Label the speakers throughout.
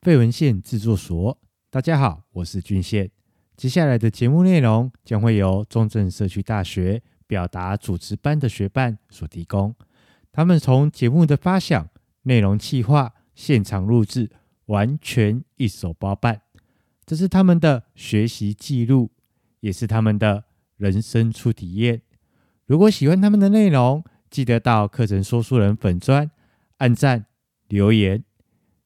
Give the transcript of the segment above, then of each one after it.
Speaker 1: 费文献制作所。大家好，我是俊宪。接下来的节目内容将会由中正社区大学表达主持班的学伴所提供。他们从节目的发想、内容企划、现场录制，完全一手包办。这是他们的学习记录，也是他们的人生初体验。如果喜欢他们的内容，记得到课程说书人粉专按赞留言，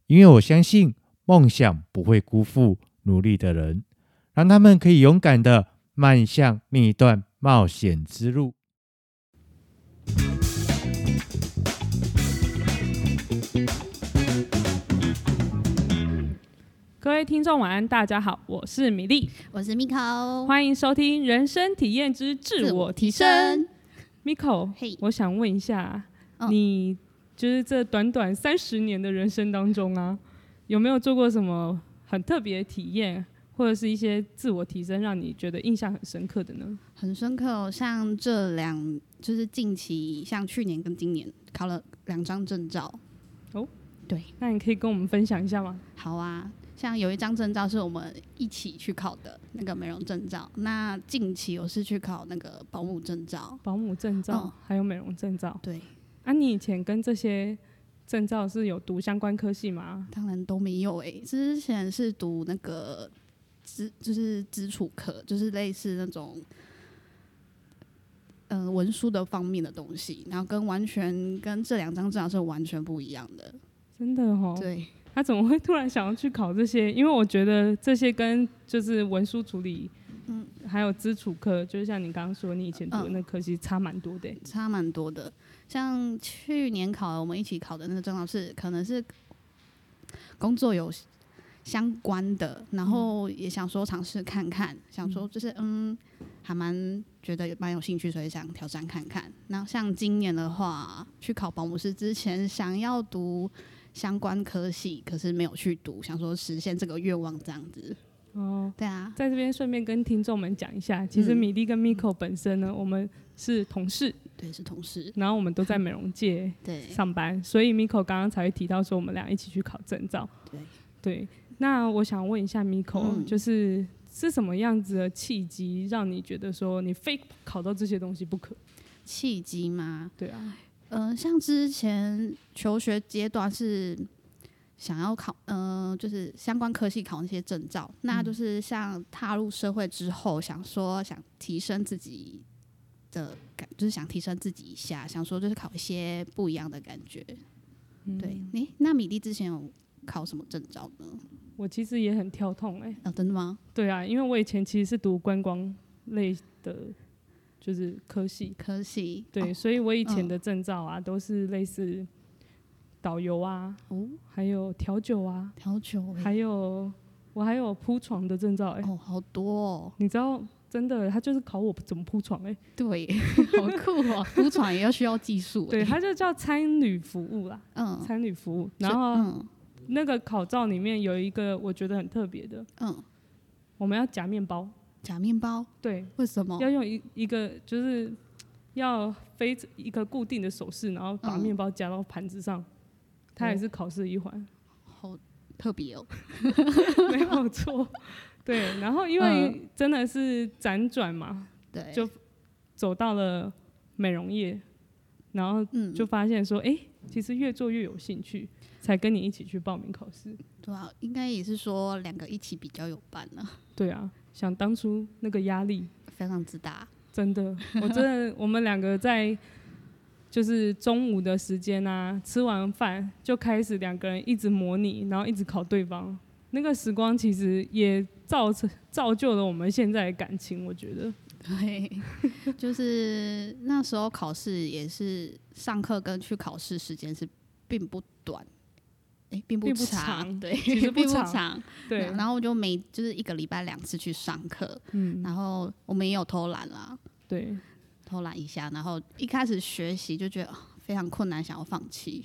Speaker 1: 因为我相信梦想不会辜负努力的人，让他们可以勇敢的迈向另一段冒险之路。
Speaker 2: 各位听众晚安，大家好，我是米粒，
Speaker 3: 我是 Miko，
Speaker 2: 欢迎收听《人生体验之哦自我提升》。Miko，
Speaker 3: 嘿
Speaker 2: 我想问一下，
Speaker 3: 嗯
Speaker 2: 你就是这短短三十年的人生当中啊，有没有做过什么很特别的体验，或者是一些自我提升，让你觉得印象很深刻的呢？
Speaker 3: 很深刻哦。像这两，就是近期，像去年跟今年考了两张证照。
Speaker 2: 那你可以跟我们分享一下吗？
Speaker 3: 好啊，像有一张证照是我们一起去考的那个美容证照。那近期我是去考那个保姆证照。
Speaker 2: 保姆证照、
Speaker 3: 嗯
Speaker 2: 还有美容证照，
Speaker 3: 对，
Speaker 2: 啊，你以前跟这些证照是有读相关科系吗？
Speaker 3: 当然都没有诶、欸之前是读那个基，就是基础课，就是类似那种。嗯、文书的方面的东西，然后跟完全跟这两张证照是完全不一样的。
Speaker 2: 真的哦，
Speaker 3: 对，
Speaker 2: 他怎么会突然想要去考这些？因为我觉得这些跟就是文书处理，嗯，还有基础课，就是像你刚刚说你以前读的那科系差蛮多的欸、
Speaker 3: 差蛮多的。像去年考的我们一起考的那个证照是，可能是工作有相关的，然后也想说尝试看看，想说就是嗯，还蛮觉得蛮有兴趣，所以想挑战看看。然后像今年的话，去考保姆师之前想要读。相关科系，可是没有去读，想说实现这个愿望这样子。
Speaker 2: 哦，
Speaker 3: 对啊，
Speaker 2: 在这边顺便跟听众们讲一下，其实
Speaker 3: 嗯
Speaker 2: 米莉跟 Miko 本身呢，我们是同事，
Speaker 3: 对，是同事。
Speaker 2: 然后我们都在美容界
Speaker 3: 对，
Speaker 2: 上班，所以 Miko 刚刚才会提到说我们俩一起去考证照。
Speaker 3: 对
Speaker 2: 对，那我想问一下 Miko，、
Speaker 3: 嗯
Speaker 2: 就是是什么样子的契机让你觉得说你非考到这些东西不可？
Speaker 3: 契机吗？
Speaker 2: 对啊，
Speaker 3: 嗯、像之前求学阶段是想要考，嗯、就是相关科系考那些证照，那
Speaker 2: 嗯
Speaker 3: 就是像踏入社会之后，想说想提升自己的感，就是想提升自己一下，想说就是考一些不一样的感觉。
Speaker 2: 嗯
Speaker 3: 对，诶、那米粒之前有考什么证照呢？
Speaker 2: 我其实也很跳痛哎、
Speaker 3: 啊，真的吗？
Speaker 2: 对啊，因为我以前其实是读观光类的，就是科系，
Speaker 3: 科系
Speaker 2: 对，所以我以前
Speaker 3: 嗯
Speaker 2: 的证照啊、都是类似导游啊，
Speaker 3: 哦，
Speaker 2: 还有调酒啊，
Speaker 3: 调酒诶、
Speaker 2: 还有我还有铺床的证照哎、
Speaker 3: 嗯哦，好多哦，
Speaker 2: 你知道真的他就是考我怎么铺床哎、
Speaker 3: 对，好酷哦， 服船也要需要技术、
Speaker 2: 对，
Speaker 3: 诶，
Speaker 2: 他就叫参旅服务啦，
Speaker 3: 嗯，
Speaker 2: 参旅服务。然后
Speaker 3: 嗯
Speaker 2: 那个考照里面有一个我觉得很特别的，
Speaker 3: 嗯，
Speaker 2: 我们要夹面包，
Speaker 3: 假面包。
Speaker 2: 对，
Speaker 3: 为什么？
Speaker 2: 要用一一个就是要非一个固定的手势，然后把
Speaker 3: 嗯
Speaker 2: 面包夹到盘子上，它也是考试一环，
Speaker 3: 好特别哦。
Speaker 2: 没有错。对，然后因为真的是辗转嘛，
Speaker 3: 对，
Speaker 2: 就走到了美容业，然后
Speaker 3: 嗯，
Speaker 2: 就发现说，哎、其实越做越有兴趣，才跟你一起去报名考试。
Speaker 3: 对啊，应该也是说两个一起比较有伴呢、
Speaker 2: 对啊，想当初那个压力，
Speaker 3: 非常之大。
Speaker 2: 真的，我真的，我们两个在就是中午的时间啊，吃完饭就开始两个人一直模拟，然后一直考对方。那个时光其实也造成造就了我们现在的感情，我觉得。
Speaker 3: 对， 就是那时候考试也是上课跟去考试时间是并不短，哎、并不
Speaker 2: 并不长
Speaker 3: 长，对，
Speaker 2: 其实不
Speaker 3: 并不
Speaker 2: 长
Speaker 3: 长。
Speaker 2: 对，
Speaker 3: 然后我就每就是一个礼拜两次去上课，
Speaker 2: 嗯，
Speaker 3: 然后我们也有偷懒啦，
Speaker 2: 对，
Speaker 3: 偷懒一下，然后一开始学习就觉得啊非常困难，想要放弃。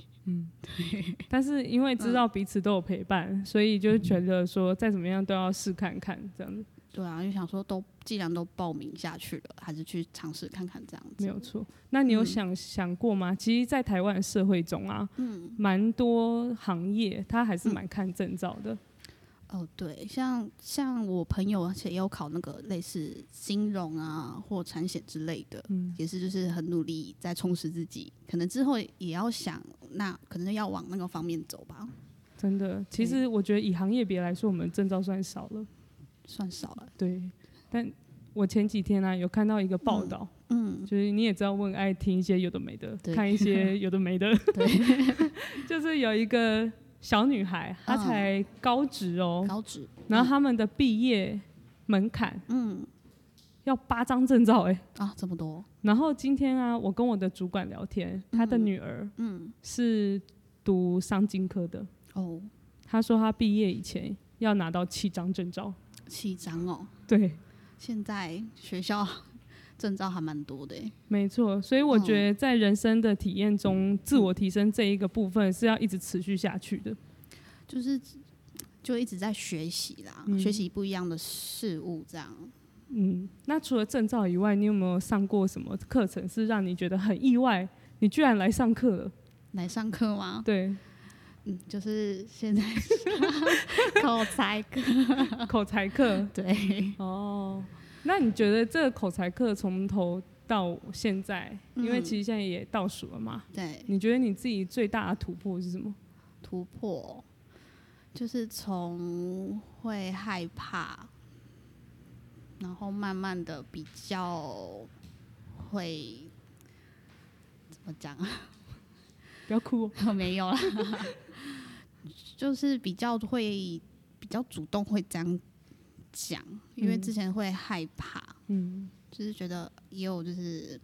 Speaker 2: 但是
Speaker 3: 嗯
Speaker 2: 因为知道彼此都有陪伴，所以就觉得说再怎么样都要试看看这样子。
Speaker 3: 对啊，就想说都既然都报名下去了，还是去尝试看看这样子。
Speaker 2: 没有错。那你有
Speaker 3: 嗯
Speaker 2: 想、想过吗？其实，在台湾的社会中啊，
Speaker 3: 嗯，
Speaker 2: 蛮多行业它还是蛮看证照的。
Speaker 3: 哦，对，像像我朋友，而且也有考那个类似金融啊或产险之类的，
Speaker 2: 嗯，
Speaker 3: 也是就是很努力在充实自己，可能之后也要想，那可能要往那个方面走吧，
Speaker 2: 真的。其实我觉得以行业别来说，我们证照算少了。
Speaker 3: 算少了。
Speaker 2: 对，但我前几天呢、啊有看到一个报道，
Speaker 3: 嗯，
Speaker 2: 就是你也知道，我很爱听一些有的没的，
Speaker 3: 对
Speaker 2: 看一些有的没的。
Speaker 3: 对，
Speaker 2: 就是有一个小女孩，她才高职哦，
Speaker 3: 高职，
Speaker 2: 然后他们的毕业门槛
Speaker 3: 嗯
Speaker 2: 要八张证照哎、
Speaker 3: 啊这么多，
Speaker 2: 然后今天啊，我跟我的主管聊天，她的女儿
Speaker 3: 嗯
Speaker 2: 是读商经科的，
Speaker 3: 哦
Speaker 2: 她说她毕业以前要拿到七张证照。
Speaker 3: 七张哦，
Speaker 2: 对，
Speaker 3: 现在学校 证照还蛮多的欸耶，
Speaker 2: 没错，所以我觉得在人生的体验中，自我提升这一个部分是要一直持续下去的。
Speaker 3: 就是就一直在学习啦，
Speaker 2: 嗯
Speaker 3: 学习不一样的事物这样。
Speaker 2: 嗯，那除了证照以外，你有没有上过什么课程是让你觉得很意外？你居然来上课了？
Speaker 3: 来上课吗？
Speaker 2: 对，
Speaker 3: 嗯，就是 现在口才课，
Speaker 2: 口才 课。
Speaker 3: 对，
Speaker 2: 哦，那你觉得这个口才课从头到现在，因为
Speaker 3: 嗯
Speaker 2: 其实现在也倒数了嘛，
Speaker 3: 对，
Speaker 2: 你觉得你自己最大的突破是什么？
Speaker 3: 突破就是从会害怕，然后慢慢的比较会怎么讲 啊？
Speaker 2: 不要哭、哦。
Speaker 3: 没有啦，就是比较会比较主动会这样讲，因为
Speaker 2: 嗯
Speaker 3: 之前会害怕，
Speaker 2: 嗯，
Speaker 3: 就是觉得也有就是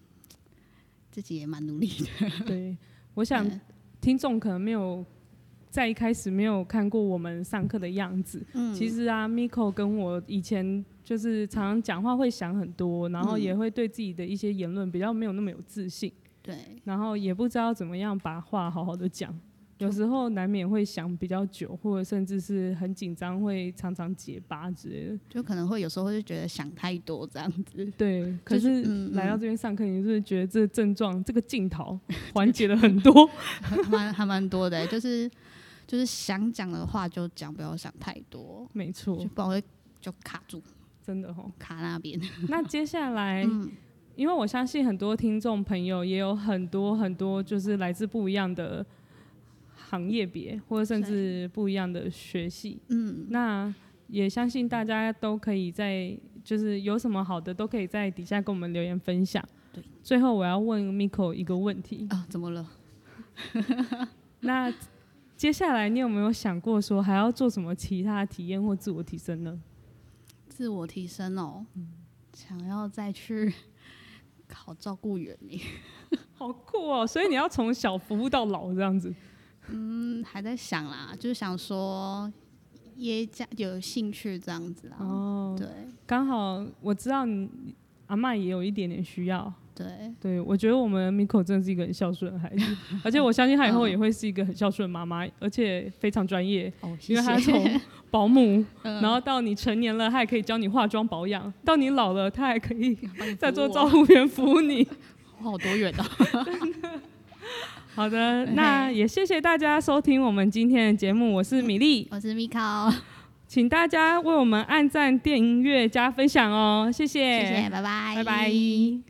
Speaker 3: 自己也蛮努力的，
Speaker 2: 对，我想
Speaker 3: 嗯
Speaker 2: 听众可能没有在一开始没有看过我们上课的样子。
Speaker 3: 嗯
Speaker 2: 其实啊，Miko 跟我以前就是常常讲话会想很多，然后也会对自己的一些言论比较没有那么有自信，
Speaker 3: 对，
Speaker 2: 然后也不知道怎么样把话好好的讲。有时候难免会想比较久，或者甚至是很紧张，会常常结巴之类的。
Speaker 3: 就可能会有时候就觉得想太多这样子，
Speaker 2: 对，可
Speaker 3: 就是
Speaker 2: 是
Speaker 3: 嗯嗯
Speaker 2: 来到这边上课，你是不是觉得这症状、这个镜头缓解了很多？
Speaker 3: 还蛮还蛮多的欸、就是就是想讲的话就讲，不要想太多，
Speaker 2: 没错
Speaker 3: 就，不然会就卡住
Speaker 2: 真的哦。
Speaker 3: 卡那边。
Speaker 2: 那接下来，
Speaker 3: 嗯
Speaker 2: 因为我相信很多听众朋友也有很多很多，就是来自不一样的行业别，或者甚至不一样的学系。
Speaker 3: 嗯，
Speaker 2: 那也相信大家都可以在，就是有什么好的，都可以在底下跟我们留言分享。
Speaker 3: 对，
Speaker 2: 最后我要问 Miko 一个问题，
Speaker 3: 啊，怎么了？
Speaker 2: 那接下来你有没有想过说还要做什么其他体验或自我提升呢？
Speaker 3: 自我提升哦， 想要再去 考照顾员欸耶，
Speaker 2: 好酷哦！所以你要从小服务到老这样子。
Speaker 3: 嗯，还在想啦，就是想说也加有兴趣这样子啦。
Speaker 2: 哦，
Speaker 3: 对
Speaker 2: 刚好我知道你阿嬷也有一点点需要，
Speaker 3: 对，
Speaker 2: 对我觉得我们 Miko 真的是一个很孝顺的 孩子，而且我相信她以后
Speaker 3: 嗯
Speaker 2: 也会是一个很孝顺的妈妈，而且非常专业，
Speaker 3: 哦，嗯谢嗯
Speaker 2: 因为她
Speaker 3: 谢。
Speaker 2: 从保 姆，然后到你成年了，她还可以教你化妆保养，到你老了，她还可以在做照顾员服务 你。
Speaker 3: 哇，好多远哦。
Speaker 2: 好的，
Speaker 3: 哎
Speaker 2: 那也谢谢大家收听我们今天的节目，我是米粒，
Speaker 3: 我是 Mika，、哦、
Speaker 2: 请大家为我们按赞、订阅、加分享哦，谢谢，
Speaker 3: 谢谢，拜拜，
Speaker 2: 拜拜